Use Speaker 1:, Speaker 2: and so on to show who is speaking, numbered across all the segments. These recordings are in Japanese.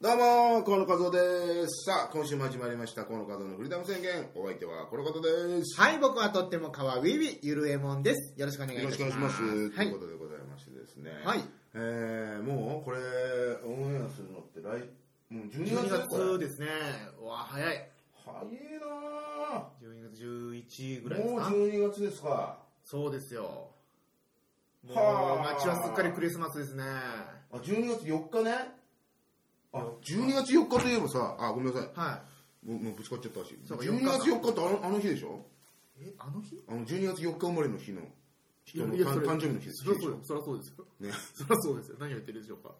Speaker 1: どうもー、河野和夫です。さあ、今週も始まりました、河野和夫のフリーダム宣言。お相手はこの方です。
Speaker 2: はい、僕はとってもかわいいゆるえもんです。よろしくお願いい
Speaker 1: よろ
Speaker 2: た
Speaker 1: し
Speaker 2: し
Speaker 1: くお
Speaker 2: ま
Speaker 1: 願い
Speaker 2: す。
Speaker 1: します。
Speaker 2: は
Speaker 1: とい
Speaker 2: いう
Speaker 1: こ。とでございましてですね。
Speaker 2: はい。
Speaker 1: えー、もう、これ、オンエアするのって来、もう12月
Speaker 2: 12
Speaker 1: だよこれ
Speaker 2: 月ですね。うわ、早い。
Speaker 1: 早いな
Speaker 2: 12月11ぐらい
Speaker 1: ー
Speaker 2: です
Speaker 1: もう
Speaker 2: か。
Speaker 1: 12月ですか。
Speaker 2: そうですよ。もう
Speaker 1: はあ
Speaker 2: 街はすっかりクリスマスですね。
Speaker 1: あ、12月4日ね。あ、12月4日といえばさ、あ、ごめんなさい。
Speaker 2: は
Speaker 1: もうもうぶつかっちゃったし。
Speaker 2: そうか
Speaker 1: 12月4日ってあのあの日でしょ
Speaker 2: い。え、あの日
Speaker 1: あの、12月4日生まれの日の人の
Speaker 2: いや
Speaker 1: 誕
Speaker 2: それ
Speaker 1: 誕生日の日でし
Speaker 2: そりゃそう
Speaker 1: ょ
Speaker 2: よ。そりゃそうですよ。
Speaker 1: ね。
Speaker 2: そりゃそうですよ。何を言ってるでしょうか。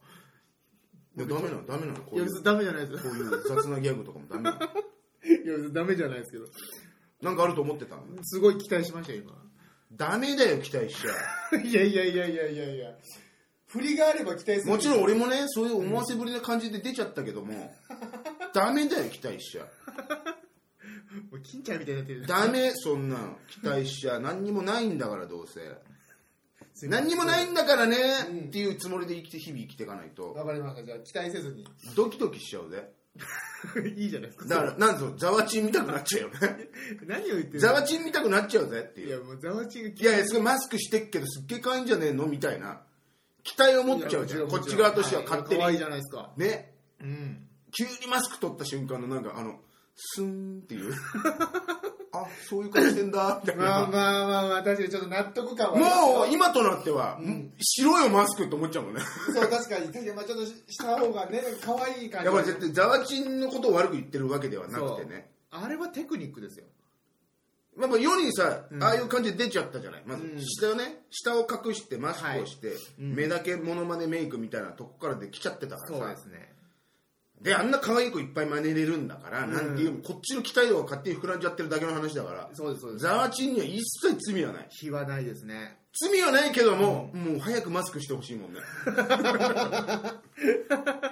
Speaker 1: いやダメなのダメなのこ
Speaker 2: いう
Speaker 1: い
Speaker 2: や、
Speaker 1: う
Speaker 2: 別にダメじゃない です
Speaker 1: こういう雑なギャグとかもダメなの
Speaker 2: よ。いや、別にダメじゃないですけど。
Speaker 1: なんかあると思ってたんだ
Speaker 2: すごい期待しましたよ、
Speaker 1: ダメだよ期待しちゃ
Speaker 2: 今。いやいやいやいやいやいや。振りがあれば期待す
Speaker 1: もち
Speaker 2: ん。
Speaker 1: ろん俺もねそういう思わせぶりな感じで出ちゃったけどもダメだよ期待しちゃ
Speaker 2: もう金ちゃんみたいになってる。
Speaker 1: ダメそんなの期待しちゃ何にもないんだからどうせ
Speaker 2: すいません
Speaker 1: 何にもないんだからね
Speaker 2: うん
Speaker 1: っていうつもりで生きて日々生きていかないと
Speaker 2: わかりました。じゃあ、期待せずに。
Speaker 1: ドキドキしちゃうぜ
Speaker 2: いいじゃないですか。
Speaker 1: だからなんぞざわちん見たくなっちゃうよね
Speaker 2: 何を言ってる
Speaker 1: ざわちん見たくなっちゃうぜっていう
Speaker 2: いや、もうざわちが
Speaker 1: いやいや、すごいマスクしてっけど、すっげえ可愛いんじゃねえのみたいな。期待を持っちゃうじゃん。こっち側としては勝手
Speaker 2: 可愛い
Speaker 1: に。
Speaker 2: じゃないですか。
Speaker 1: ね。
Speaker 2: うん。
Speaker 1: 急にマスク取った瞬間のなんか、あの、スーンって いう。あ、そういう顔してんだ、みたい
Speaker 2: まあ
Speaker 1: な。
Speaker 2: まあまあまあ、確かにちょっと納得感はあります
Speaker 1: も
Speaker 2: よ
Speaker 1: う、今となっては、しろよ、マスクって思っちゃうもんね。
Speaker 2: そう、確かに。確かに、まあちょっとしした方がね、可愛い感じ。
Speaker 1: やっぱり絶対、ザワチンのことを悪く言ってるわけではなくてね。
Speaker 2: あれはテクニックですよ。
Speaker 1: まあ、まあ世にさ、
Speaker 2: ん
Speaker 1: ああいう感じで出ちゃったじゃない。まず
Speaker 2: う、ん
Speaker 1: 下をね、下を隠して、マスクをして、
Speaker 2: うん
Speaker 1: 目だけモノマネメイクみたいなとこからできちゃってたからさ。
Speaker 2: ね。
Speaker 1: であんな可愛い子いっぱい真似れるんだから、
Speaker 2: うん
Speaker 1: なんていうこっちの期待度が勝手に膨らんじゃってるだけの話だから
Speaker 2: そうです、そうです。
Speaker 1: ザワチンには一切罪はない
Speaker 2: 日はないですね。
Speaker 1: 罪はないけども、もう早くマスクしてほしいもんね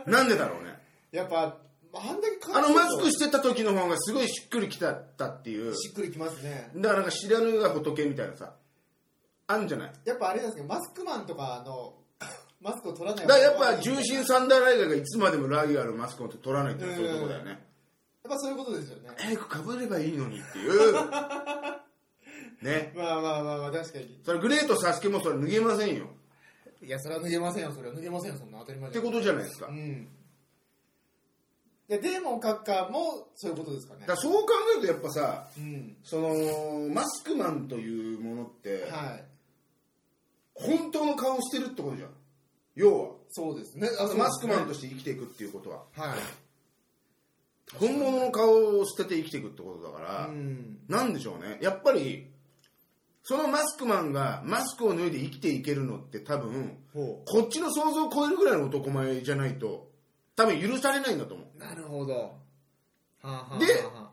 Speaker 1: なんでだろうね
Speaker 2: やっぱ、あんだけ可
Speaker 1: あ
Speaker 2: 愛
Speaker 1: の
Speaker 2: い
Speaker 1: マスク
Speaker 2: し
Speaker 1: してた時の方がすごいしっくりきたったっていう
Speaker 2: しっくりきますね。
Speaker 1: だからなんか知らぬが仏みたいなさあんじゃない
Speaker 2: やっぱあれなんですね、マスクマンとかの、マスクを取らない
Speaker 1: だからやっぱ重心サンダーライガーがいつまでもライガーのマスクを取らないってのはそういうとこだよね
Speaker 2: やっぱそういうことですよね。
Speaker 1: 早くかぶればいいのにって いうね
Speaker 2: まあまあまあまあ、確かに。
Speaker 1: それグレートサスケもそれ脱げませんよ
Speaker 2: いや、それは脱げませんよ、それは脱げませんよ、そんな当たり前
Speaker 1: っ
Speaker 2: じ
Speaker 1: て
Speaker 2: ゃん
Speaker 1: ことじゃないですか,、
Speaker 2: う
Speaker 1: だ
Speaker 2: ん。いや、デーモン閣下もそういうことですかね
Speaker 1: か。らそう考えるとやっぱさ
Speaker 2: うん。
Speaker 1: そのマスクマンというものって、
Speaker 2: はい。
Speaker 1: 本当の顔をしてるってことじゃん要は
Speaker 2: そうですね。あ
Speaker 1: マスクマン
Speaker 2: ン
Speaker 1: として生きていくっていうことは
Speaker 2: はい。
Speaker 1: 本物の顔を捨てて生きていくってことだから、
Speaker 2: うん。
Speaker 1: なんでしょうねやっぱりそのマスクマンがマスクを脱いで生きていけるのって多分
Speaker 2: ほ
Speaker 1: こっちの想像を超えるぐらいの男前じゃないと多分許されないんだと思う
Speaker 2: う。なるほど。はあ、はあはあ、
Speaker 1: で、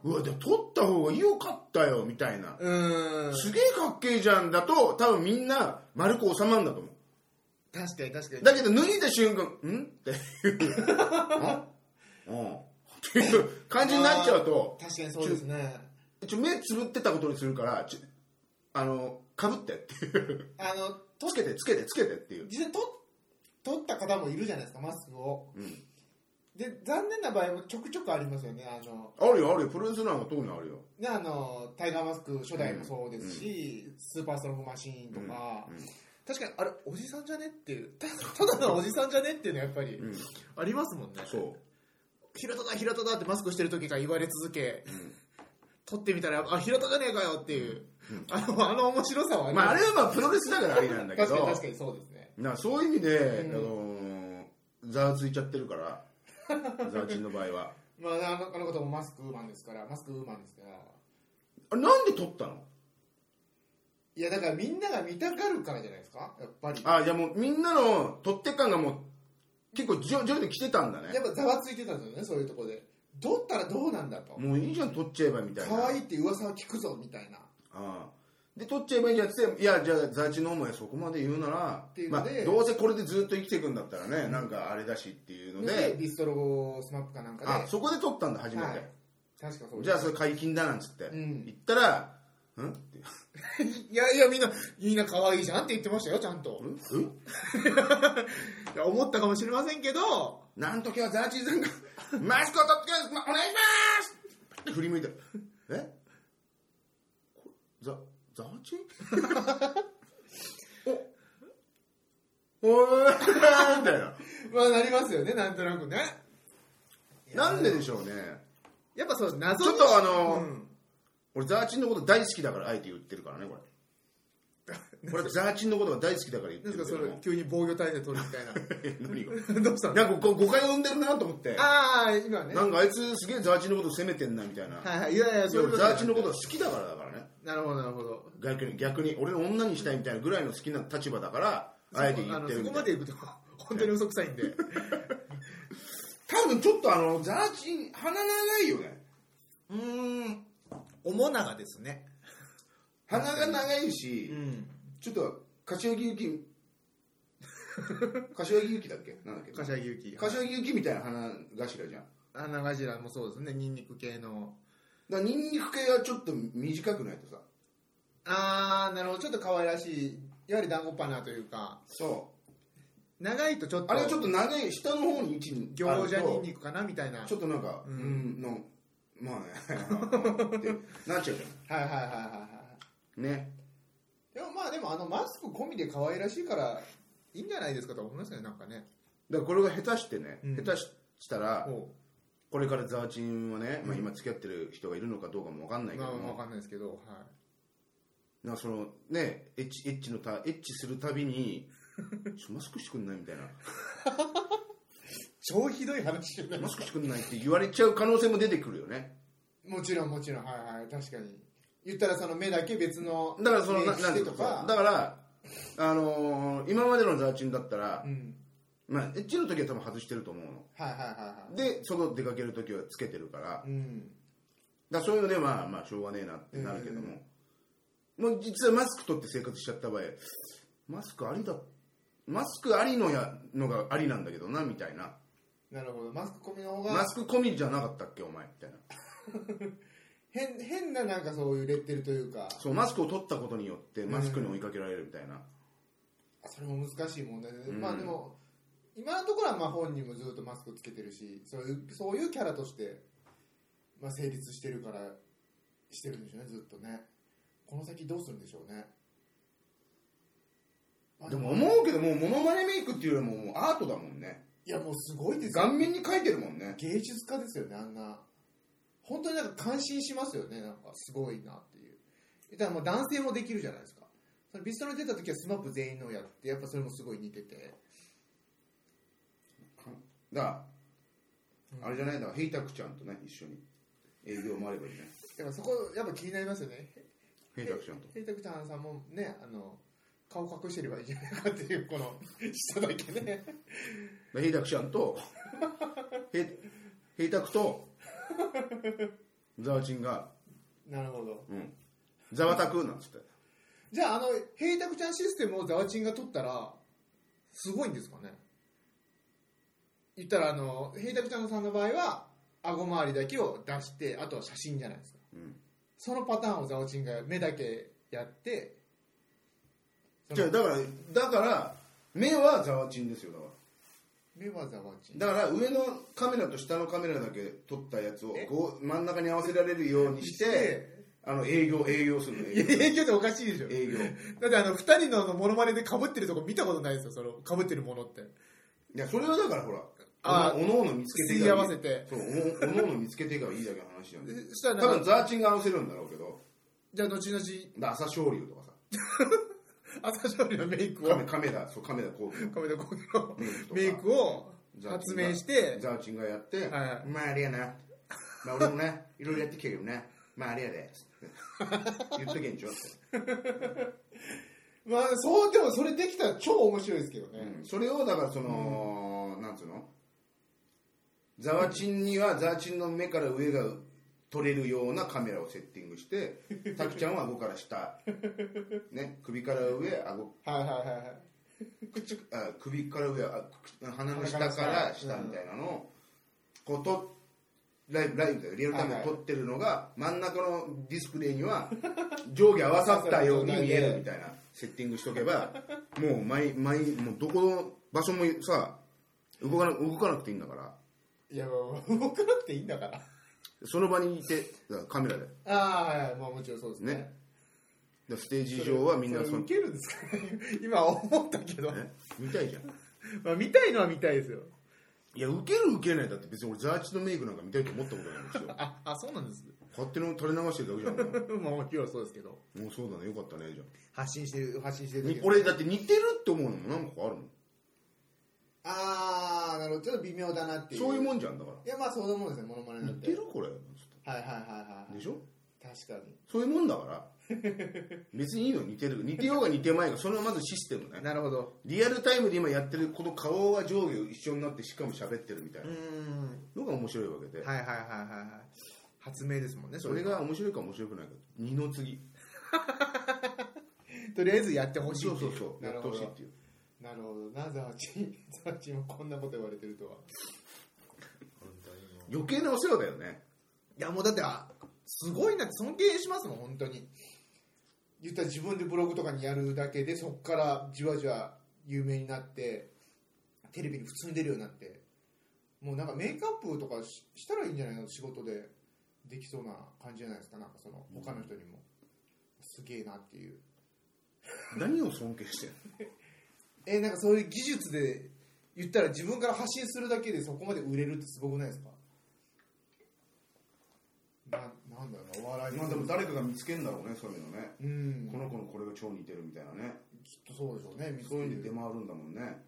Speaker 1: うわ、でも撮った方がよかったよ、みたいな。
Speaker 2: うーん。
Speaker 1: すげえかっけえじゃんだと、多分みんな丸く収まるんだと思う。
Speaker 2: 確かに確かに。
Speaker 1: だけど脱いだ瞬間、んっていう、あうん。っていう感じになっちゃうと、
Speaker 2: 確かにそうですね。
Speaker 1: ちょ目つぶってたことにするから、ちょあの、かぶってっていう。
Speaker 2: あの、と
Speaker 1: つけて、つけて、つけてっていう。
Speaker 2: 実際と、取った方もいるじゃないですか、マスクを。
Speaker 1: うん
Speaker 2: で、残念な場合もちょくちょくありますよね。あの、
Speaker 1: あるよ、あるよ。プロレスなんか特にあるよ。
Speaker 2: ね、あの、タイガーマスク初代もそうですし、スーパーストロングマシーンとか、確かにあれおじさんじゃねっていう たただのおじさんじゃねっていうのはやっぱり
Speaker 1: うん。うん。
Speaker 2: ありますもんね
Speaker 1: そう。
Speaker 2: 平田だ平田だってマスクしてる時から言われ続け
Speaker 1: うん
Speaker 2: 撮ってみたらあ平田じゃねえかよっていう、あの あの面白さは
Speaker 1: まあ、あれ
Speaker 2: は
Speaker 1: はまあ、プロレスだからありなんだけど。
Speaker 2: 確かに確かにそうですね
Speaker 1: なそういう意味で、
Speaker 2: う
Speaker 1: あ
Speaker 2: ん
Speaker 1: のーざわついちゃってるからざわちんの場合は
Speaker 2: まああのあの方もマスクウーマンですからマスクウーマンですから
Speaker 1: あれなんで撮ったの
Speaker 2: いやだからみんなが見たがるからじゃないですかやっぱり
Speaker 1: あじゃあもうみんなの撮って感がもう結構徐々に来てたんだ
Speaker 2: や
Speaker 1: ね
Speaker 2: っぱざわついてたんですよねそういうとこでどったらどうなんだと
Speaker 1: もういいじゃん撮っちゃえばみたいな
Speaker 2: 可愛いって噂は聞くぞみたいな
Speaker 1: ああで撮っちゃえばいいじゃんって言っていやじゃあざわちんのお前そこまで言うなら
Speaker 2: ていう
Speaker 1: ま
Speaker 2: の
Speaker 1: あ
Speaker 2: で、
Speaker 1: どうせこれでずっと生きていくんだったらね、なんかあれだしっていうの
Speaker 2: で
Speaker 1: で
Speaker 2: ビストロスマップかなんかで
Speaker 1: あそこで撮ったんだ初めて、
Speaker 2: はい確かそう
Speaker 1: じ
Speaker 2: です
Speaker 1: ゃあそれ解禁だなんつって、
Speaker 2: うん
Speaker 1: 言ったら「ん?」って
Speaker 2: いいやいや、みんな、みんな可愛いじゃんって言ってましたよ、ちゃん と。
Speaker 1: んん
Speaker 2: いや思ったかもしれませんけど、
Speaker 1: なんと今日はザーチー さんが、マスコットつけまお願いしますって振り向いた。えこザ、ザーチー お、おーみたいな。
Speaker 2: まあなりますよね、なんとなくね。
Speaker 1: なんででしょうね。
Speaker 2: やっぱそう、謎
Speaker 1: ちょっ
Speaker 2: に
Speaker 1: とあの
Speaker 2: うん
Speaker 1: 俺ザーチンのこと大好きだからあえて言ってるからねこ れこれザーチンのことが大好きだから言って
Speaker 2: なん
Speaker 1: る
Speaker 2: です
Speaker 1: け
Speaker 2: か、
Speaker 1: ど
Speaker 2: それ
Speaker 1: も、
Speaker 2: 急に防御体制取るみたい
Speaker 1: 何が
Speaker 2: な。どうしたの
Speaker 1: なんかこう誤解を生んでるなと思って
Speaker 2: ああ、今ね。
Speaker 1: なんかあいつすげえザーチンのこと責めてんなみたいな、
Speaker 2: はいはい、いやいや、
Speaker 1: で
Speaker 2: そういう
Speaker 1: 俺
Speaker 2: こと
Speaker 1: ザ
Speaker 2: じゃ
Speaker 1: ーチ
Speaker 2: なくて
Speaker 1: ンのことが好きだからだからね
Speaker 2: なるほど、なるほど。
Speaker 1: 逆に逆に俺を女にしたいみたいなぐらいの好きな立場だからあえて言ってる
Speaker 2: あの
Speaker 1: み
Speaker 2: そこ
Speaker 1: た
Speaker 2: ま
Speaker 1: いな
Speaker 2: で行くと、本当に嘘くさいんで。
Speaker 1: 多分ちょっとあのザーチン鼻長いよね
Speaker 2: うーん、おもながですね。
Speaker 1: 鼻が長いし、
Speaker 2: うん。
Speaker 1: ちょっと柏木由紀 柏木由紀だっけなんだっけ
Speaker 2: 柏木由紀。
Speaker 1: 柏木由紀みたいな鼻頭じゃん
Speaker 2: 花頭もそうですね、ニンニク系の。
Speaker 1: だからニンニク系はちょっと短くないとさ
Speaker 2: あー、なるほど、ちょっと可愛らしい。いわゆる団子パナというか、
Speaker 1: そ
Speaker 2: 長いとちょっ
Speaker 1: う
Speaker 2: と、
Speaker 1: あれはちょっと長い下の方に位置にあ
Speaker 2: 餃
Speaker 1: ると
Speaker 2: 子ニンニクかなみたいな。はい
Speaker 1: ちょっとなんかう
Speaker 2: うん
Speaker 1: んのまあねってなっちゃうじ
Speaker 2: はいはいはいはい。
Speaker 1: ゃんね
Speaker 2: でもまあでもあのマスク込みで可愛らしいからいいんじゃないですかと思いますねなんかね。
Speaker 1: だからこれが下手してね、
Speaker 2: うん
Speaker 1: 下手したら
Speaker 2: も
Speaker 1: これからザーチンはね、まあ、今付き合ってる人がいるのかどうかも分かんな
Speaker 2: う
Speaker 1: いけ
Speaker 2: ま
Speaker 1: ど
Speaker 2: あ
Speaker 1: も、
Speaker 2: わかんないですけど、はい。
Speaker 1: なんかそのねエッチエッチのたエッチするたびにちょマスクしてくんないみたいな
Speaker 2: 超ひどい話じゃない
Speaker 1: マスクしてくんないって言われちゃう可能性も出てくるよね
Speaker 2: もちろんもちろんはいはい確かに。言ったらその目だけ別の
Speaker 1: だからその
Speaker 2: 目
Speaker 1: な
Speaker 2: し
Speaker 1: なん
Speaker 2: て
Speaker 1: ていう
Speaker 2: と
Speaker 1: か
Speaker 2: か
Speaker 1: そう。だからあのー今までのザーチンだったら
Speaker 2: う、ん
Speaker 1: まあ、エッチの時は多分外してると思うの
Speaker 2: はいはいはい
Speaker 1: で外出かける時はつけてるからだ
Speaker 2: は
Speaker 1: か
Speaker 2: い。うん。
Speaker 1: らそういうのでまあまあしょうがねえなってなるけども、もう実はマスク取って生活しちゃった場合マスクありだマスクありのやのがありなんだけどなみたいな
Speaker 2: なるほどマスク込みの方が
Speaker 1: マスク込みじゃなかったっけお前みたいな
Speaker 2: 変変ななんかそういうレッテルというか
Speaker 1: そうマスクを取ったことによってマスクに追いかけられるみたいな、
Speaker 2: それも難しい問題で、
Speaker 1: ん
Speaker 2: まあでも今のところはまあ本人もずっとマスクつけてるしそういうそういうキャラとして、まあ、成立してるからしてるんでしょうねずっとねこの先どうするんでしょうね、まあ
Speaker 1: でも思うけどもうモノマネメイクっていうよりももうアートだもんね
Speaker 2: いやもうすごいですよ
Speaker 1: 顔面に描いてるもんね
Speaker 2: 芸術家ですよねあんな本当になんか感心しますよねなんかすごいなっていうだからもう男性もできるじゃないですかそのビストロに出た時はスマップ全員のをやってやっぱそれもすごい似てて
Speaker 1: だからあれじゃないだからヘイタクちゃんとね一緒に営業回ればいいね
Speaker 2: やっぱそこやっぱ気になりますよね
Speaker 1: ヘイタクちゃんと
Speaker 2: ヘイタクちゃんさんもね、あの、顔隠してればいいんじゃないかっていう、この、 下だけね。
Speaker 1: ヘイタクちゃん とヘイヘイタクとザワチンが、
Speaker 2: なるほど。
Speaker 1: うん、ザワタクなんつって
Speaker 2: じゃあ、あの、ヘイタクちゃんシステムをザワチンが取ったら、すごいんですかね言ったら、あの、ヘイタクちゃんさんの場合は、顎周りだけを出して、あとは写真じゃないですか。
Speaker 1: うん
Speaker 2: そのパターンをザワチンが目だけやって、その
Speaker 1: じゃあだからだから目はザワチンですよだか
Speaker 2: 目はザワチン。
Speaker 1: らだから上のカメラと下のカメラだけ撮ったやつをこう真ん中に合わせられるようにして、あの営業営業するの
Speaker 2: いや、
Speaker 1: 営 業
Speaker 2: 影響っておかしいでしょ。
Speaker 1: 営業い
Speaker 2: だってあの、二人のあのモノマネで被ってるとこ見たことないですよ、その、被ってるものって。
Speaker 1: やそれはだからほら
Speaker 2: あー
Speaker 1: おのおの見つけて
Speaker 2: 吸い合わせて。
Speaker 1: そうおのおのおの見つけていけばいいだけの話じゃん
Speaker 2: でそしたら
Speaker 1: 多
Speaker 2: なん
Speaker 1: 分
Speaker 2: か、
Speaker 1: ザーチンが合わせるんだろうけど
Speaker 2: じゃあ後々、
Speaker 1: だ朝青龍とかさ
Speaker 2: 朝勝利のメイクを、
Speaker 1: 亀亀田そう亀田光輝
Speaker 2: 亀田光輝の
Speaker 1: メイクとか
Speaker 2: メイクを
Speaker 1: ザーチ
Speaker 2: 発
Speaker 1: ンが
Speaker 2: 明して、
Speaker 1: ザーチンがやって、
Speaker 2: はい
Speaker 1: まああれやなまあ俺もねいろいろやってきたけどねまああれやでつって言っとけんちょって、
Speaker 2: まあ、そう、でもそれできたら超面白いですけどね。
Speaker 1: うんそれをだからその、なんつうのザワチンにはザーチンの目から上が撮れるようなカメラをセッティングしてタクちゃんは顎から下、ね、首から上顎
Speaker 2: はいはいはいはい。
Speaker 1: 口あ首から上あ口鼻の下から下みたいなのをこう取っライブライブだよリアルタイム
Speaker 2: は
Speaker 1: で
Speaker 2: いはい
Speaker 1: 撮ってるのが真ん中のディスプレイには上下合わさったように見えるみたいなセッティングしとけばもう毎毎もうどこの場所もさ動かな動かなくていいんだから
Speaker 2: いや、もう動かなくていいんだから。
Speaker 1: その場にいてだからカメラで
Speaker 2: ああ、はいはい、まあもちろんそうですね。
Speaker 1: ねだからステージ上はみんな
Speaker 2: そ
Speaker 1: そ
Speaker 2: れ
Speaker 1: の
Speaker 2: 受けるんですかね今思ったけど。
Speaker 1: え見たいじゃん
Speaker 2: まあ見たいのは見たいですよ。
Speaker 1: いや受ける受けないだって別に俺ザーチのメイクなんか見たいと思ったことないんですよ
Speaker 2: あ、あ、そうなんです。
Speaker 1: 勝手に垂れ流してるだけじゃんも
Speaker 2: まあもちろんそうですけど。
Speaker 1: うそうだねよかったねじゃ
Speaker 2: 発信してる、発信して
Speaker 1: あ
Speaker 2: る時
Speaker 1: に
Speaker 2: の。
Speaker 1: 俺だって似てるって思うのも何個かあるもん
Speaker 2: ああ、なるほど。ちょっと微妙だなっていう。
Speaker 1: そういう
Speaker 2: も
Speaker 1: もんじゃんだから
Speaker 2: いや、まあそんなもんですね、モノマネな
Speaker 1: 似
Speaker 2: ん
Speaker 1: て
Speaker 2: て。
Speaker 1: るこれ
Speaker 2: はいはいはいはい。
Speaker 1: でしょ
Speaker 2: 確かに。
Speaker 1: そういうもんだから別にいいの似てる似てようが似てまいがそれはまずシステムね
Speaker 2: なるほど。。
Speaker 1: リアルタイムで今やってるこの顔は上下一緒になってしかも喋ってるみたいうなんのが面白いわけで、
Speaker 2: はいはいはいはいはい。発明ですもんね、
Speaker 1: それ
Speaker 2: が。
Speaker 1: が面白いか面白くないか二の次
Speaker 2: とりあえずやってほしい
Speaker 1: そう
Speaker 2: って
Speaker 1: そ
Speaker 2: いう
Speaker 1: そう
Speaker 2: な
Speaker 1: や
Speaker 2: る
Speaker 1: って
Speaker 2: ほ
Speaker 1: ほしいっ
Speaker 2: ど。
Speaker 1: ていう
Speaker 2: なるほど。な、ザワチン、ザワチンもこんなこと言われてるとは。
Speaker 1: 余計なお世話だよね
Speaker 2: いやもうだってあすごいなって尊敬しますもん本当に言ったら自分でブログとかにやるだけでそこからじわじわ有名になってテレビに普通に出るようになってもうなんかメイクアップとかししたらいいんじゃないの仕事でできそうな感じじゃないですかなんかその他の人にも、すげえなっていう
Speaker 1: 何を尊敬してんの
Speaker 2: えなんかそういう技術で言ったら自分から発信するだけでそこまで売れるってすごくないですかななんだろうなお笑い
Speaker 1: まあでも誰かが見つけんだろうねそういうのね、
Speaker 2: うん
Speaker 1: この子のこれが超似てるみたいなね
Speaker 2: きっとそうでしょうね、見つ
Speaker 1: そういうの
Speaker 2: け
Speaker 1: 出
Speaker 2: る
Speaker 1: 回るんだもんね、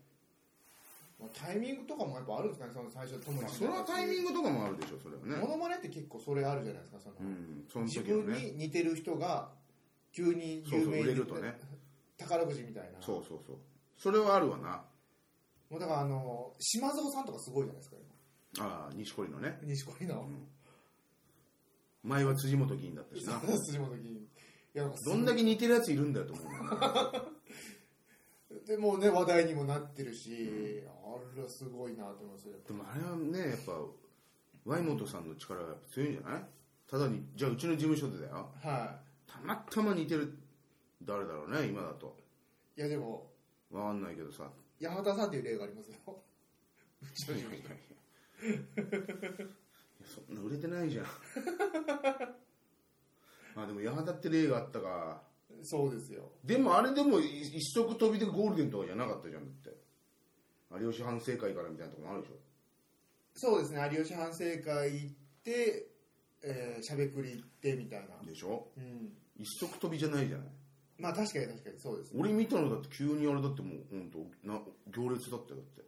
Speaker 2: まあ、タイミングとかもやっぱあるんですかね、その最初、友
Speaker 1: まあ、それはタイミ
Speaker 2: ン
Speaker 1: ングとかもあるでしょそれは
Speaker 2: も
Speaker 1: ね
Speaker 2: のまねって結構それあるじゃないですか、その
Speaker 1: うんその
Speaker 2: 自
Speaker 1: 時の
Speaker 2: 分
Speaker 1: ね
Speaker 2: に似てる人が急に
Speaker 1: そう
Speaker 2: 有
Speaker 1: そう
Speaker 2: 名
Speaker 1: 売れ
Speaker 2: にな
Speaker 1: る
Speaker 2: って
Speaker 1: とね
Speaker 2: 宝くじみたいな、
Speaker 1: そうそうそうそれはあるわな
Speaker 2: もうだからあの島蔵さんとかすごいじゃないですか、
Speaker 1: ああ錦織のね
Speaker 2: 今錦織の、
Speaker 1: 前は辻元議員だ ったしな
Speaker 2: 辻元議員。いやなんかすご
Speaker 1: ど
Speaker 2: い
Speaker 1: んだけ似てるやついるんだよと思うのね
Speaker 2: でもうね、話題にもなってるし、あれすごいなと思いますよ
Speaker 1: でもあれはねやっぱワイモトさんの力がやっぱ強いんじゃないただにじゃあうちの事務所でだよ
Speaker 2: は
Speaker 1: たまたま似てる誰だろうね今だと
Speaker 2: い、いや、でも、
Speaker 1: わかんないけどさ
Speaker 2: 八幡さんっていう例がありますよ、うち
Speaker 1: い
Speaker 2: の
Speaker 1: やい
Speaker 2: 事務
Speaker 1: やい
Speaker 2: 所
Speaker 1: やいやそんな売れてないじゃん あでも八幡って例があったか
Speaker 2: そうですよ。
Speaker 1: でもあれでもい一足飛びでゴールデンとかじゃなかったじゃんだって有吉反省会からみたいなとこもあるでしょ
Speaker 2: そうですね有吉反省会行って、えー、しゃべくり行ってみたいな、
Speaker 1: でしょ
Speaker 2: うん、
Speaker 1: 一足飛びじゃないじゃない
Speaker 2: まあ確かに確かにそうですね
Speaker 1: 俺見たのだって急にあれだってもう本当な行列だったよだって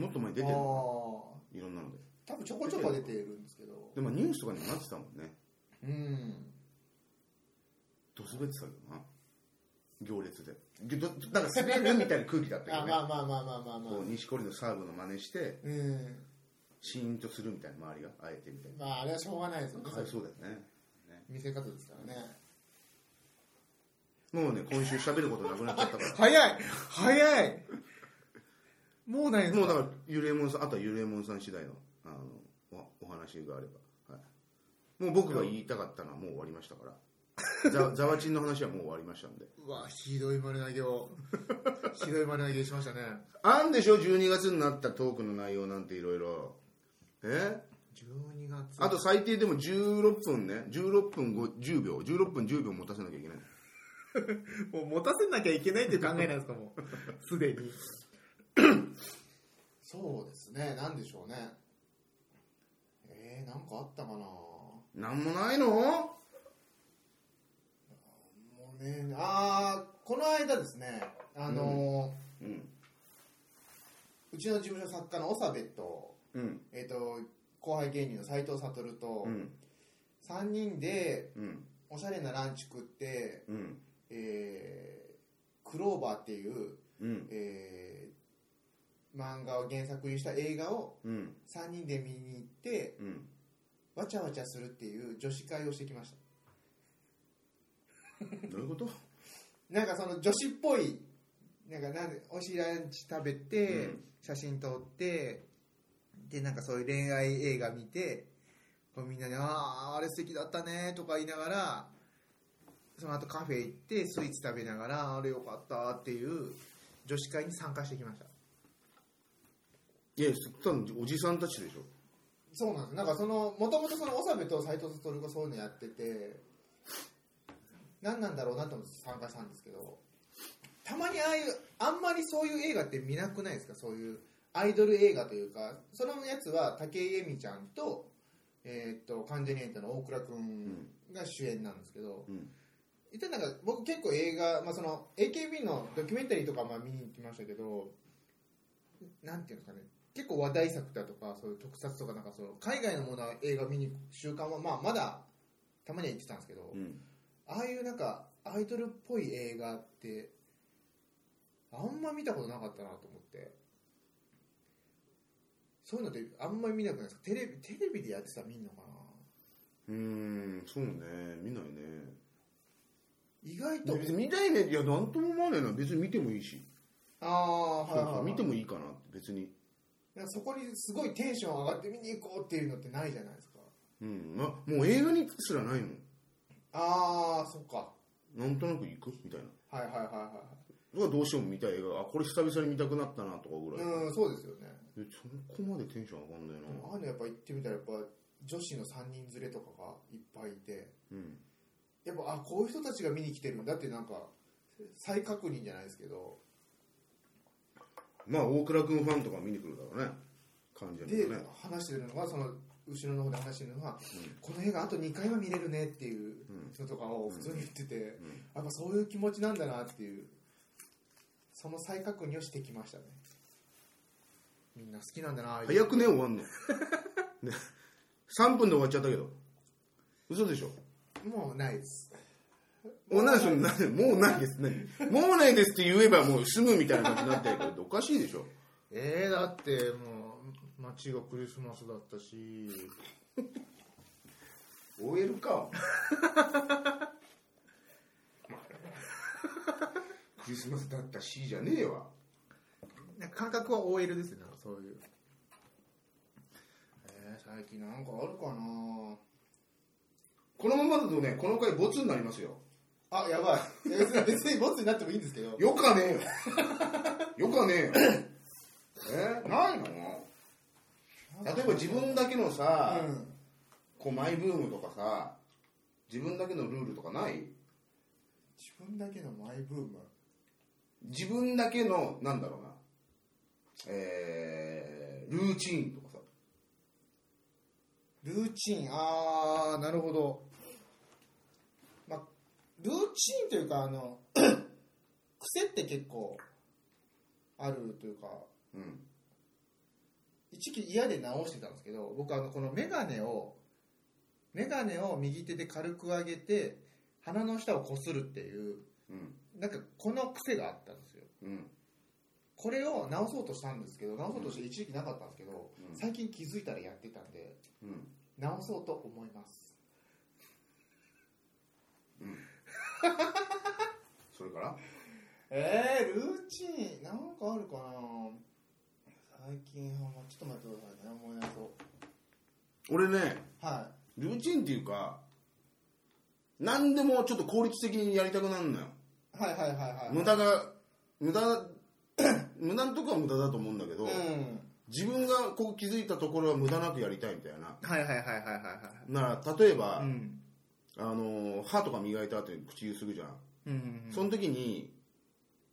Speaker 1: もっと前出
Speaker 2: あ
Speaker 1: て
Speaker 2: あ
Speaker 1: る
Speaker 2: ー
Speaker 1: のいろんなので
Speaker 2: 多分ちょこちょこは出てるんですけど
Speaker 1: でもニュースとかにもなってたもんね
Speaker 2: うん
Speaker 1: どすべってたけどな行列ででどなんか滑るみたいな空気だったけ
Speaker 2: あ
Speaker 1: どね
Speaker 2: まあまあまあまあまあまあ
Speaker 1: こう錦織のサーブの真似して
Speaker 2: うん
Speaker 1: シーンとするみたいな周りがあえてみたい
Speaker 2: まああれはしょうがないですよ
Speaker 1: な
Speaker 2: ね
Speaker 1: かわいそうだよね
Speaker 2: 見せ方ですからね
Speaker 1: もうね今週喋ることなくなっちゃったから
Speaker 2: 早い早い もうないんです
Speaker 1: もうだ
Speaker 2: か
Speaker 1: からゆれもんさんあとはゆれもんさん次第のあのおお話があれば、はい、もう僕が言いたかったのはもう終わりました からざざわちんの話はもう終わりましたんで
Speaker 2: うわひどい丸投げ をひどい丸投げしましたね
Speaker 1: あんでしょ12月になったトークの内容なんていろいろえ
Speaker 2: 12月
Speaker 1: あと最低でも16分ね16分5 10秒16分10秒持たせなきゃいけない
Speaker 2: もう持たせなきゃいけないっていう考えなんですか、もう。 すでに。 そうですね、なんでしょうね。えー、なんかあったかなも
Speaker 1: なんもないの
Speaker 2: うね、あー、この間ですね、あの
Speaker 1: うん
Speaker 2: ーうちの事務所作家の長部と、
Speaker 1: うん
Speaker 2: えっ、と、後輩芸人の斎藤悟と
Speaker 1: う、ん
Speaker 2: 3人で
Speaker 1: うん
Speaker 2: おしゃれなランチ食って、
Speaker 1: うん
Speaker 2: えー、クローバーっていう、
Speaker 1: うん
Speaker 2: えー、漫画を原作にした映画を
Speaker 1: うん
Speaker 2: 3人で見に行って
Speaker 1: うん
Speaker 2: わちゃわちゃするっていう女子会をしてきました
Speaker 1: どういうこと
Speaker 2: なんかその女子っぽいなんかなんでおいしいランチ食べて、
Speaker 1: うん
Speaker 2: 写真撮ってでなんかそういう恋愛映画見てこうみんなで「あああれ素敵だったね」とか言いながらその後カフェ行ってスイーツ食べながら「あれよかった」っていう女子会に参加してきました
Speaker 1: いやそ多分おじさんたちでしょ
Speaker 2: そうなんですなんかそのもともとその長部と斎藤悟がそういうのやってて何なんだろうなと思って参加したんですけどたまにああいうあんまりそういう映画って見なくないですかそういうアイドル映画というかそのやつは武井絵美ちゃんと,、えー、と関ジャニエントの大倉君が主演なんですけど、
Speaker 1: うん
Speaker 2: 一体なんか僕結構映画、まあ、その AKB のドキュメンタリーとかまあ見に行きましたけどなんていうんですかね結構話題作だとかそういう特撮とかなんかその海外のものは映画見に行く習慣は、まあ、まだたまには行ってたんですけど、
Speaker 1: うん
Speaker 2: ああいうなんかアイドルっぽい映画ってあんま見たことなかったなと思ってそういうのってあんまり見なくないですかテレビテレビでやってたら見んのかな
Speaker 1: うーんそうね見ないね
Speaker 2: 意外
Speaker 1: いや
Speaker 2: と
Speaker 1: 別に見ないねいやなんとも思わないな別に見てもいいし
Speaker 2: ああ
Speaker 1: そう
Speaker 2: はいは
Speaker 1: そ
Speaker 2: い、は
Speaker 1: う
Speaker 2: い、
Speaker 1: 見てもいいかなって別に
Speaker 2: なんかそこにすごいテンション上がって見に行こうっていうのってないじゃないですか
Speaker 1: うんあもう映画にすらないもん
Speaker 2: ああそっか
Speaker 1: なんとなく行くみたいな
Speaker 2: はいはいはいは
Speaker 1: 僕はどうしても見たい映画あこれ久々に見たくなったなとかぐ
Speaker 2: い
Speaker 1: らい、
Speaker 2: うんそうですよね
Speaker 1: えそこまでテンション上がんないな
Speaker 2: ああいうのやっぱ行ってみたらやっぱ女子の3人連れとかがいっぱいいて
Speaker 1: うん
Speaker 2: やっぱあこういう人たちが見に来てるんだってなんか再確認じゃないですけど
Speaker 1: まあ大倉君ファンとか見に来るだろうね感じ
Speaker 2: で
Speaker 1: るね
Speaker 2: 話してるのがその後ろの方で話してるのが、この映画あと2回は見れるねっていう人とかを普通に言ってて、やっぱそういう気持ちなんだなっていうその再確認をしてきましたねみんな好きなんだなああいう
Speaker 1: 早くね終わんの、ね、3分で終わっちゃったけど嘘でしょ
Speaker 2: もうないです
Speaker 1: もうないですよなもうないですねもうないですって言えばもう済むみたいな感じになってるけどおかしいでしょ
Speaker 2: えー、だってもう街がクリスマスだったし
Speaker 1: OL かクリスマスだったしじゃねえわ
Speaker 2: なんか感覚は OL ですねなんかそういうえー、最近なんかあるかな
Speaker 1: このままだとねこの回ボツになりますよ
Speaker 2: あ、やばい。いや別に別にボツになってもいいんです けど。
Speaker 1: よかねえよ よかねえよえないの例えば自分だけのさ、
Speaker 2: うん
Speaker 1: こうマイブームとかさ自分だけのルールとかない
Speaker 2: 自分だけのマイブーム。
Speaker 1: 自分だけのなんだろうなえー、ルーチンとかさ
Speaker 2: ルーチン、あー、なるほど。まあ、ルーチンというか、あの、 癖って結構あるというか、
Speaker 1: うん
Speaker 2: 一時期嫌で直してたんですけど、僕あの、このメガネを、メガネを右手で軽く上げて、鼻の下をこするっていう、
Speaker 1: うん
Speaker 2: なんかこの癖があったんですよ。
Speaker 1: うん
Speaker 2: これを直そうとしたんですけど直そうとして一時期なかったんですけど、
Speaker 1: うん
Speaker 2: 最近気づいたらやってたんで
Speaker 1: うん
Speaker 2: 直そうと思います
Speaker 1: それから
Speaker 2: えー、ルーチンなんかあるかな最近はちょっと待ってくださいね思い出そう
Speaker 1: 俺ね
Speaker 2: は
Speaker 1: ルーチンっていうか何でもちょっと効率的にやりたくなるのよ
Speaker 2: い、はいはいはいはい
Speaker 1: 無駄が無駄 無駄なとこは無駄だと思うんだけど、
Speaker 2: うん
Speaker 1: 自分がこう気づいたところは無駄なくやりたいみたいな
Speaker 2: はいはいはいはいはい
Speaker 1: なら例えば、
Speaker 2: はいうん
Speaker 1: あのー歯とか磨いた後に口ゆすぐじゃん、
Speaker 2: うんうんうん
Speaker 1: その時に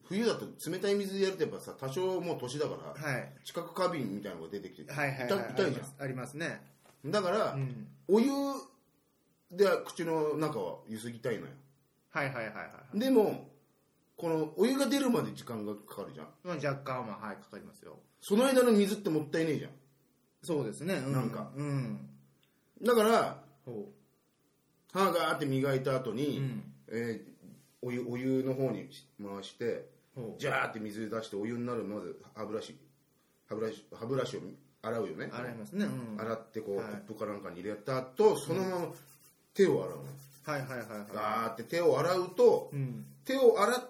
Speaker 1: 冬だと冷たい水でやるとやっぱさ多少もう年だから
Speaker 2: はい
Speaker 1: 知覚過敏みたいなのが出てきて
Speaker 2: はいはいはい
Speaker 1: 痛痛いじ
Speaker 2: ありますありますね
Speaker 1: ゃんだから、
Speaker 2: うん
Speaker 1: お湯で口の中はゆすぎたいのよ
Speaker 2: はいはいはいはいはい
Speaker 1: でもこのお湯が出るまで時間がかかるじゃん
Speaker 2: まあ若干ははいかかりますよ
Speaker 1: その間の水ってもったいねえじゃん
Speaker 2: そうですね、う
Speaker 1: なんか
Speaker 2: うん
Speaker 1: だから
Speaker 2: ほ
Speaker 1: 歯がーって磨いた後
Speaker 2: う
Speaker 1: に、
Speaker 2: うん
Speaker 1: えーお湯お湯の方に回して
Speaker 2: ほう
Speaker 1: ジャーって水出してお湯になるまず歯ブラシ歯ブラシ歯ブラシを洗うよね
Speaker 2: 洗いますねうん
Speaker 1: 洗ってこう、
Speaker 2: はい
Speaker 1: コップかなんかに入れた後そのまま手を洗うの、
Speaker 2: はいはいはいはい
Speaker 1: ガーって手を洗うと
Speaker 2: うん
Speaker 1: 手を洗って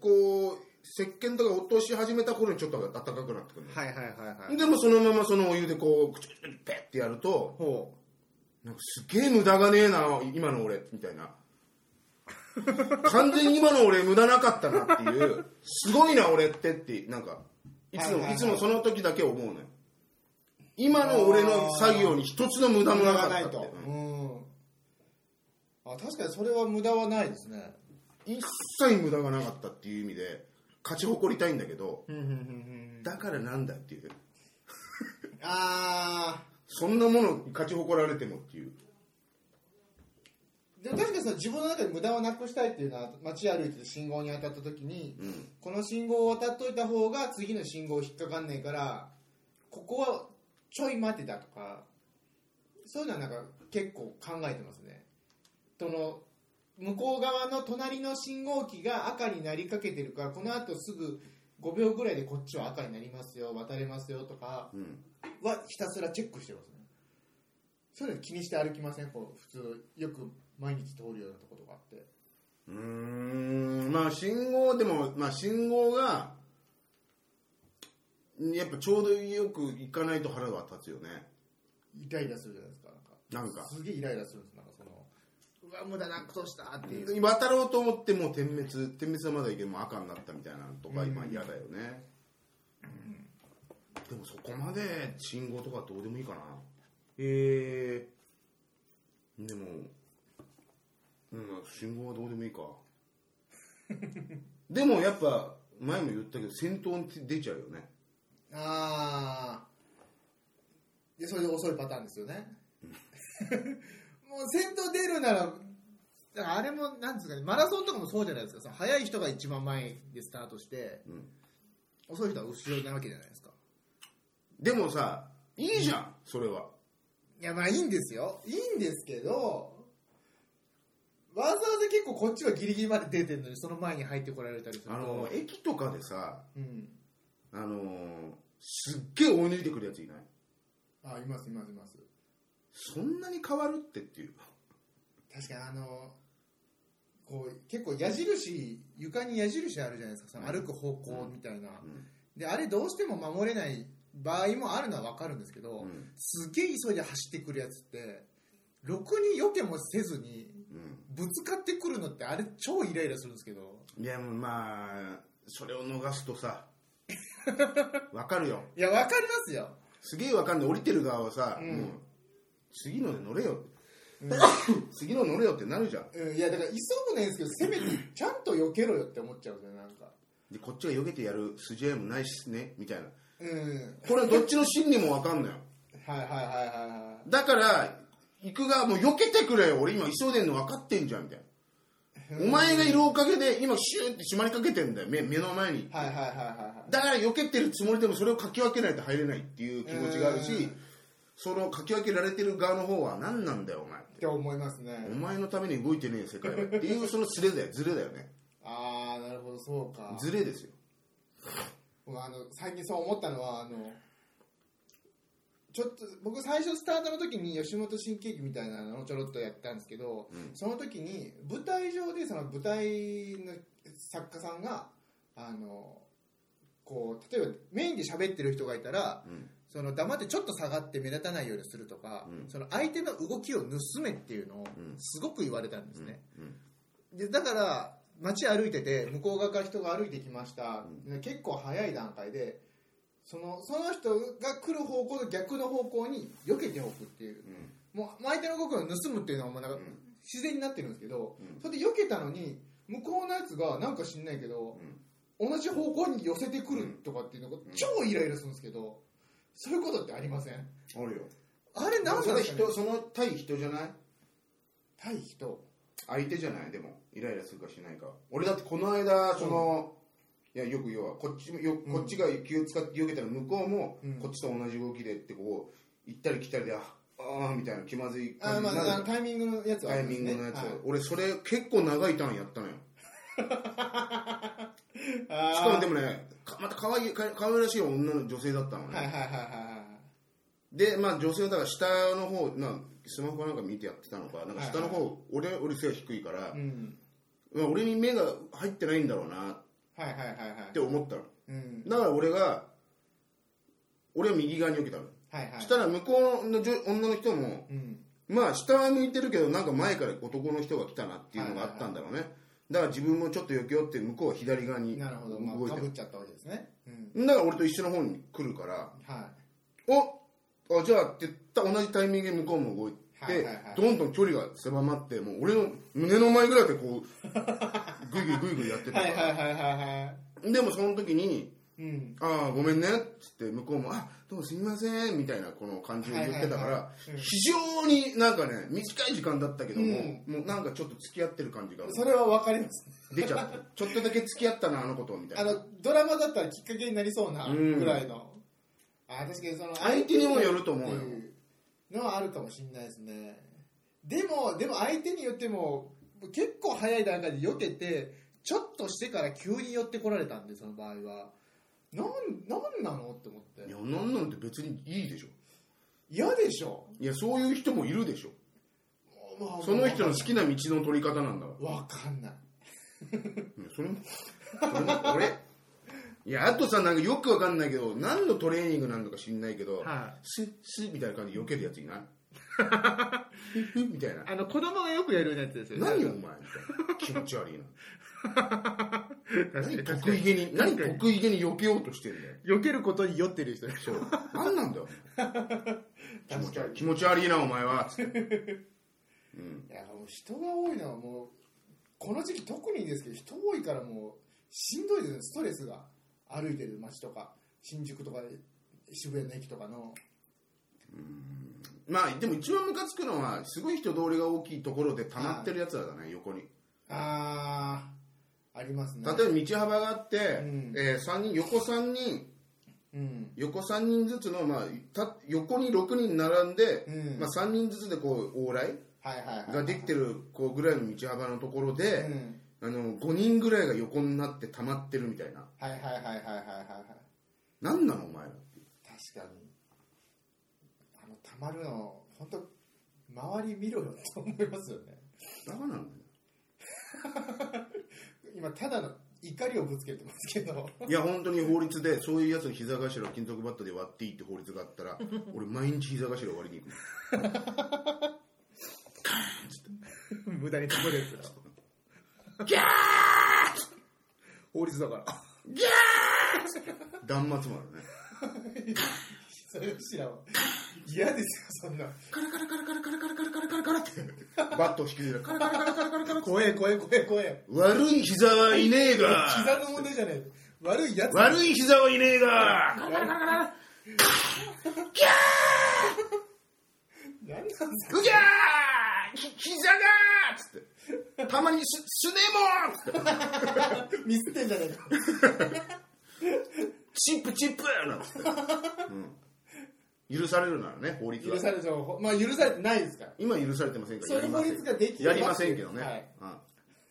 Speaker 1: こう石鹸とか落とし始めた頃にちょっと暖かくなってくるの、
Speaker 2: はいはいはいはい。
Speaker 1: でもそのままそのお湯でこうクチュクチュクチュペッてやると
Speaker 2: ほ
Speaker 1: なんかすげえ無駄がねえな今の俺みたいな完全に今の俺無駄なかったなっていうすごいな俺ってってなんかいつも、い
Speaker 2: はいはいはい
Speaker 1: つもその時だけ思うのよ今の俺の作業に一つの無
Speaker 2: う。
Speaker 1: 駄もなか
Speaker 2: は
Speaker 1: った
Speaker 2: ない
Speaker 1: って
Speaker 2: と。うん。あ、確かにそれは無駄はないですね。
Speaker 1: 一切無駄がなかったっていう意味で勝ち誇りたいんだけど
Speaker 2: うんうんうんうん。
Speaker 1: だからなんだっていう
Speaker 2: あ
Speaker 1: そんなもの勝ち誇られてもっていう
Speaker 2: ー。でも確かにその自分の中で無駄をなくしたいっていうのは街歩いてて信号に当たった時に、
Speaker 1: うん
Speaker 2: この信号を渡っといた方が次の信号引っかかんねえからここはちょい待てだとかそういうのはなんか結構考えてますねその向こう側の隣の信号機が赤になりかけてるからこのあとすぐ5秒ぐらいでこっちは赤になりますよ渡れますよとか
Speaker 1: うん
Speaker 2: はひたすらチェックしてますねそういうの気にして歩きませんこう普通よく毎日通るようなとことがあって
Speaker 1: うーんまあ信号でも、まあ、信号がやっぱちょうどよく行かないと腹が立つよね
Speaker 2: イライラするじゃないですかなんか
Speaker 1: なんか
Speaker 2: すげえイライラするんですなんかそのうわ無駄なことしたっていう、
Speaker 1: 渡ろうと思ってもう点滅点滅はまだいいけどもう赤になったみたいなのとか
Speaker 2: うん
Speaker 1: 今嫌だよね、でもそこまで信号とかどうでもいいかなえー、でもうん信号はどうでもいいか でもやっぱ前も言ったけど先頭に出ちゃうよね
Speaker 2: ああでそれで遅いパターンですよね もう先頭出るならだからあれもなんですかねマラソンとかもそうじゃないですかその速い人が一番前でスタートして、
Speaker 1: ん
Speaker 2: 遅い人は後ろなわけじゃないですか
Speaker 1: でもさいいじゃんそれはい
Speaker 2: やまあいいんですよいいんですけどわざわざ結構こっちはギリギリまで出てるのにその前に入ってこられたりすると
Speaker 1: あの駅とかでさ
Speaker 2: うん、
Speaker 1: あのーすっげえ追い抜いてくるやついない
Speaker 2: あいますいますいます
Speaker 1: そんなに変わるってっていう
Speaker 2: 確かにあのこう結構矢印床に矢印あるじゃないですかその歩く方向みたいな、
Speaker 1: ん
Speaker 2: であれどうしても守れない場合もあるのは分かるんですけど、
Speaker 1: うん
Speaker 2: すげえ急いで走ってくるやつってろくに避けもせずに
Speaker 1: う
Speaker 2: ぶつかってくるのってあれ超イライラするんですけど
Speaker 1: ん、いやもうまあそれを逃すとさ わかるよ
Speaker 2: いや分かりますよ
Speaker 1: すげえわかんない降りてる側はさ、
Speaker 2: うん
Speaker 1: もう次ので乗れよ、
Speaker 2: う
Speaker 1: 次の乗れよってなるじゃん
Speaker 2: うんいやだから急ぐねんですけどせめてちゃんと避けろよって思っちゃうんですよねなんか
Speaker 1: でこっちが避けてやる筋合いもないしねみたいな
Speaker 2: うん
Speaker 1: これどっちの心理もわかんないよ
Speaker 2: はいはいはいはいはい
Speaker 1: だから行く側もう避けてくれよ俺今急いでんの分かってんじゃんみたいなお前がいるおかげで今シューって閉まりかけてんだよ目目の前に
Speaker 2: はいはいはいはいはい
Speaker 1: だから避けてるつもりでもそれをかき分けないと入れないっていう気持ちがある
Speaker 2: う
Speaker 1: し
Speaker 2: ん
Speaker 1: そのかき分けられてる側の方は何なんだよお前
Speaker 2: って思いますね
Speaker 1: お前のために動いてねえよ世界はっていうそのズレだよズレだよね
Speaker 2: ああなるほどそうか
Speaker 1: ズレですよ
Speaker 2: 僕あの最近そう思ったのはあのちょっと僕最初スタートの時に吉本新喜劇みたいなのをちょろっとやったんですけど、その時に舞台上でその舞台の作家さんがあのこう例えばメインで喋ってる人がいたら、
Speaker 1: ん
Speaker 2: その黙ってちょっと下がって目立たないようにするとか、その相手の動きを盗めっていうのをすごく言われたんですね。でだから街歩いてて向こう側から人が歩いてきました、で結構早い段階でそのその人が来る方向と逆の方向に避けておくっていう、もう相手の動きを盗むっていうのはもうなんか自然になってるんですけど、それで避けたのに向こうのやつがなんか知んないけど、同じ方向に寄せてくるとかっていうのが超イライラするんですけどそういうことってありません
Speaker 1: あるよ
Speaker 2: あれなん
Speaker 1: そ
Speaker 2: なん
Speaker 1: れ
Speaker 2: ですかね
Speaker 1: 人その対人じゃない
Speaker 2: 対人
Speaker 1: 相手じゃないでもイライラするかしないか俺だってこの間その、いやよく要はこっちもよこっちが気を使って避けたら向こうも、
Speaker 2: うん
Speaker 1: こっちと同じ動きでってこう行ったり来たりでああーみたいな気まずい
Speaker 2: あ、
Speaker 1: 感じ
Speaker 2: ま
Speaker 1: になる
Speaker 2: あ、あのタイミングのやつはあ
Speaker 1: タイ
Speaker 2: ります
Speaker 1: ミ
Speaker 2: ね
Speaker 1: ングのやつ、
Speaker 2: はい
Speaker 1: 俺それ結構長いターンやったのよ
Speaker 2: あー
Speaker 1: しかもでもねかまた可愛いか可愛らしい女の女性だったのね、
Speaker 2: はいはいはいはい
Speaker 1: でまあ女性はだから下の方なスマホかなんか見てやってたのかなんか下の方、俺俺背が低いから、
Speaker 2: はい。うん。
Speaker 1: まあ、俺に目が入ってないんだろうな
Speaker 2: はいはいはいはい
Speaker 1: って思ったの
Speaker 2: うん
Speaker 1: だから俺が俺は右側に避けたの、
Speaker 2: はいはい
Speaker 1: したら向こうの女女の人も
Speaker 2: うん
Speaker 1: まあ下は向いてるけどなんか前から男の人が来たなっていうのがあったんだろうね、だから自分もちょっと避けようって向こうは左側に
Speaker 2: なるほどま
Speaker 1: 動い
Speaker 2: あ
Speaker 1: てる
Speaker 2: かぶっちゃったわけですねうん
Speaker 1: だから俺と一緒の方に来るから
Speaker 2: は
Speaker 1: おあじゃあって言った同じタイミングで向こうも動いて、
Speaker 2: はいはいはい
Speaker 1: どんどん距離が狭まってもう俺の胸の前ぐらいでこう グイグイグイグイやって
Speaker 2: い
Speaker 1: たか
Speaker 2: は
Speaker 1: ら
Speaker 2: いはいはいはいは
Speaker 1: でもその時に
Speaker 2: いうん
Speaker 1: 「ああごめんね」っつって向こうも「あどうもすみません」みたいなこの感じを言ってたから、
Speaker 2: はいはいはうん
Speaker 1: 非常になんかね短い時間だったけども、
Speaker 2: うん
Speaker 1: もうなんかちょっと付き合ってる感じが
Speaker 2: それはわかります
Speaker 1: 出ちゃったちょっとだけ付き合ったなあの子とみた
Speaker 2: あ
Speaker 1: いな
Speaker 2: のドラマだったらきっかけになりそうな
Speaker 1: うん
Speaker 2: ぐらいの、あ確かにその
Speaker 1: 相手にもよると思うよ
Speaker 2: っていうのはあるかもしれないですねでもでも相手によっても結構早い段階で避けてちょっとしてから急に寄ってこられたんでその場合はなんなんなのって思っ
Speaker 1: い
Speaker 2: て
Speaker 1: やなんなんて別にいいでしょ
Speaker 2: 嫌でしょ
Speaker 1: いやそういう人もいるでしょ
Speaker 2: まあ
Speaker 1: その人の好きな道の取り方なんだから
Speaker 2: わかんない
Speaker 1: うんそれも、それも俺、いや、あとさ、なんかよくわかんないけど、何のトレーニングなんのか知んないけど、
Speaker 2: は
Speaker 1: シュッシュッみたいな感じで避けるやつい ないふっふっみたいな。
Speaker 2: あの子供がよくやるやつです
Speaker 1: 何よ、お前みたいな。気持ち悪いな。 何
Speaker 2: 確
Speaker 1: 得意げに、何
Speaker 2: 確かに
Speaker 1: 得意げに避けようとしてんだよ。
Speaker 2: 避けることに酔ってる人
Speaker 1: そう。何なんだよ。気持
Speaker 2: 確
Speaker 1: ち悪
Speaker 2: か
Speaker 1: い。
Speaker 2: に
Speaker 1: 気持ち悪いな、お前は。つってうん。
Speaker 2: いやもう人が多いのはもうこの時期特にですけど人多いからもうしんどいですねストレスが歩いてる街とか新宿とか渋谷の駅とかの
Speaker 1: まあ、でも一番ムカつくのは、すごい人通りが大きいところで溜まってるやつらだね、横に。
Speaker 2: あーありますね
Speaker 1: 例えば道幅があって、
Speaker 2: ん
Speaker 1: えー三人横3人
Speaker 2: うん
Speaker 1: 横3人ずつの、まあ、た横に6人並んで、
Speaker 2: うん
Speaker 1: まあ、3人ずつでこう往来
Speaker 2: はいはいはい
Speaker 1: ができてるこうぐらいの道幅のところ
Speaker 2: う
Speaker 1: で、
Speaker 2: ん
Speaker 1: あの5人ぐらいが横になって溜まってるみたいな
Speaker 2: はいはいはいはいはいはいはい
Speaker 1: 何なのお前らっていう
Speaker 2: 確かにあのたまるの本当周り見ろよ と思いますよね
Speaker 1: バカなんだよ
Speaker 2: 今ただの怒りをぶつけてますけど
Speaker 1: いや本当に法律でそういうやつの膝頭を金属バットで割っていいって法律があったら 俺毎日膝頭割りに行くの
Speaker 2: 無駄にこるやつだ
Speaker 1: ギャー
Speaker 2: 法律だから
Speaker 1: 断末魔だね
Speaker 2: それ知らんわ嫌ですよそんな
Speaker 1: カラカラカラカラカラカラカラカラカラカラってバットを引きずるカラカラカラ
Speaker 2: 怖え怖え怖え怖え
Speaker 1: 悪い膝はいねえが
Speaker 2: 膝の問題じゃない悪いやつ
Speaker 1: 悪い膝はいねえが
Speaker 2: 何なんですか
Speaker 1: うぎゃーひ膝がーつってたまにすすねもーつって
Speaker 2: ミスってんじゃないか
Speaker 1: チップチップなんつって、うん、許されるならね法律は
Speaker 2: 許されてもまあ許されてないですから
Speaker 1: 今許されてませんから
Speaker 2: そういう
Speaker 1: やりません
Speaker 2: 法律ができて
Speaker 1: やりませんけどね、
Speaker 2: はい
Speaker 1: うん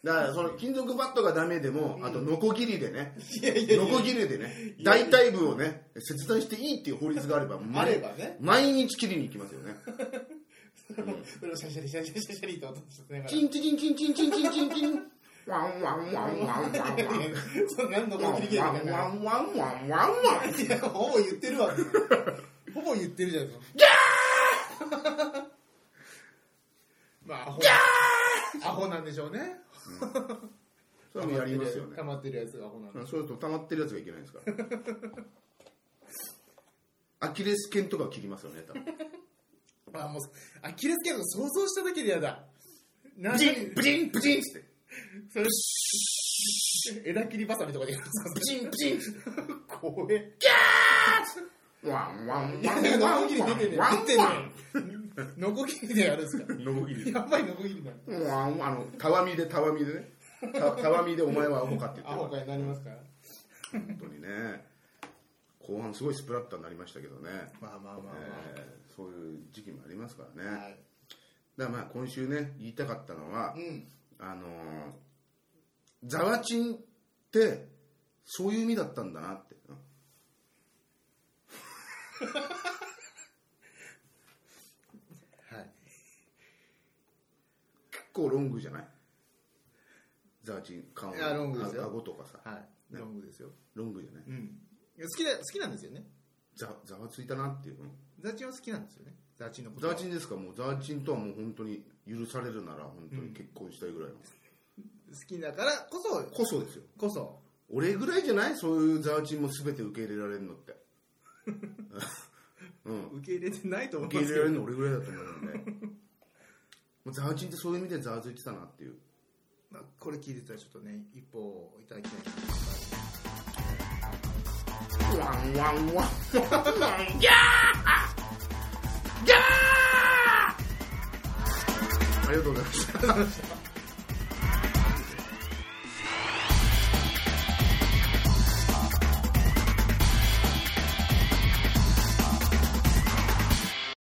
Speaker 1: だからその金属バットがダメでも、あとノコギリでね
Speaker 2: いやいやいや
Speaker 1: ノコギリでね大腿部をね切断していいっていう法律があれば
Speaker 2: あればね
Speaker 1: 毎日切りに行きますよね
Speaker 2: それをシャリシャリシャリシャリシャリと音しながら
Speaker 1: チンチキンチンチンチンチンチンチンワンワンワンワンワンワンワン
Speaker 2: そんなのこっきり切れ
Speaker 1: ワ
Speaker 2: て
Speaker 1: ン
Speaker 2: る
Speaker 1: ワ
Speaker 2: か
Speaker 1: ンワンワンワン
Speaker 2: いやほぼ言ってるわほぼ言ってるじゃないですかまあアホアホなんでしょうね
Speaker 1: それもやりますよね
Speaker 2: 溜まってるやつがアホなんで
Speaker 1: そうすると溜まってるやつがいけないですからアキレス腱とか切りますよね 多分
Speaker 2: あもうアキレス腱の想像しただけでやだ何
Speaker 1: プチンプチンプチンっつって
Speaker 2: それ枝切りばさみとかでやる
Speaker 1: プチンプチンっつっ
Speaker 2: 怖え
Speaker 1: てワンワン
Speaker 2: いや
Speaker 1: ワン
Speaker 2: ノ
Speaker 1: ワンワンワン
Speaker 2: コギリ出てねえ
Speaker 1: ワン
Speaker 2: 出てねえノコギリでやるんすか
Speaker 1: ノコギリ
Speaker 2: やばいノコギリだ
Speaker 1: ワンワンあのたわみでたわみでねたたわみでお前はアホかって言
Speaker 2: ア
Speaker 1: って
Speaker 2: ホ
Speaker 1: る
Speaker 2: かになりますから
Speaker 1: 本当にね後半すごいスプラッターになりましたけどね
Speaker 2: まあまあまあま
Speaker 1: えーそういう時期もありますからね、
Speaker 2: あ
Speaker 1: だからまあ今週ね言いたかったのは、
Speaker 2: うん
Speaker 1: あのーザワチンってそういう意味だったんだなってうん
Speaker 2: はい
Speaker 1: 結構ロングじゃないザーチン顔
Speaker 2: いやロングですよ
Speaker 1: あ顎とかさ
Speaker 2: はい、ロングですよ、
Speaker 1: ロングじゃない
Speaker 2: うん、好きだ好きなんですよね
Speaker 1: ざざわついたなっていう
Speaker 2: ザーチンは好きなんですよねザーチンのこと
Speaker 1: ザ
Speaker 2: は
Speaker 1: ーチンですかもうザーチンとはもう本当に許されるなら本当に結婚したいぐらいの、
Speaker 2: 好きだからこそ
Speaker 1: こそですよ
Speaker 2: こそ
Speaker 1: 俺ぐらいじゃないそういうザーチンも全て受け入れられるのってうん
Speaker 2: 受け入れてないと思い
Speaker 1: 受け
Speaker 2: ま
Speaker 1: 入
Speaker 2: す
Speaker 1: れ
Speaker 2: け
Speaker 1: られるの
Speaker 2: ど
Speaker 1: 俺ぐらいだと思うんでもうザーチンってそういう意味でザーついてたなっていう
Speaker 2: まあこれ聞いてたらちょっとね一歩いただきたいな
Speaker 1: ワンワンワンありがとうございました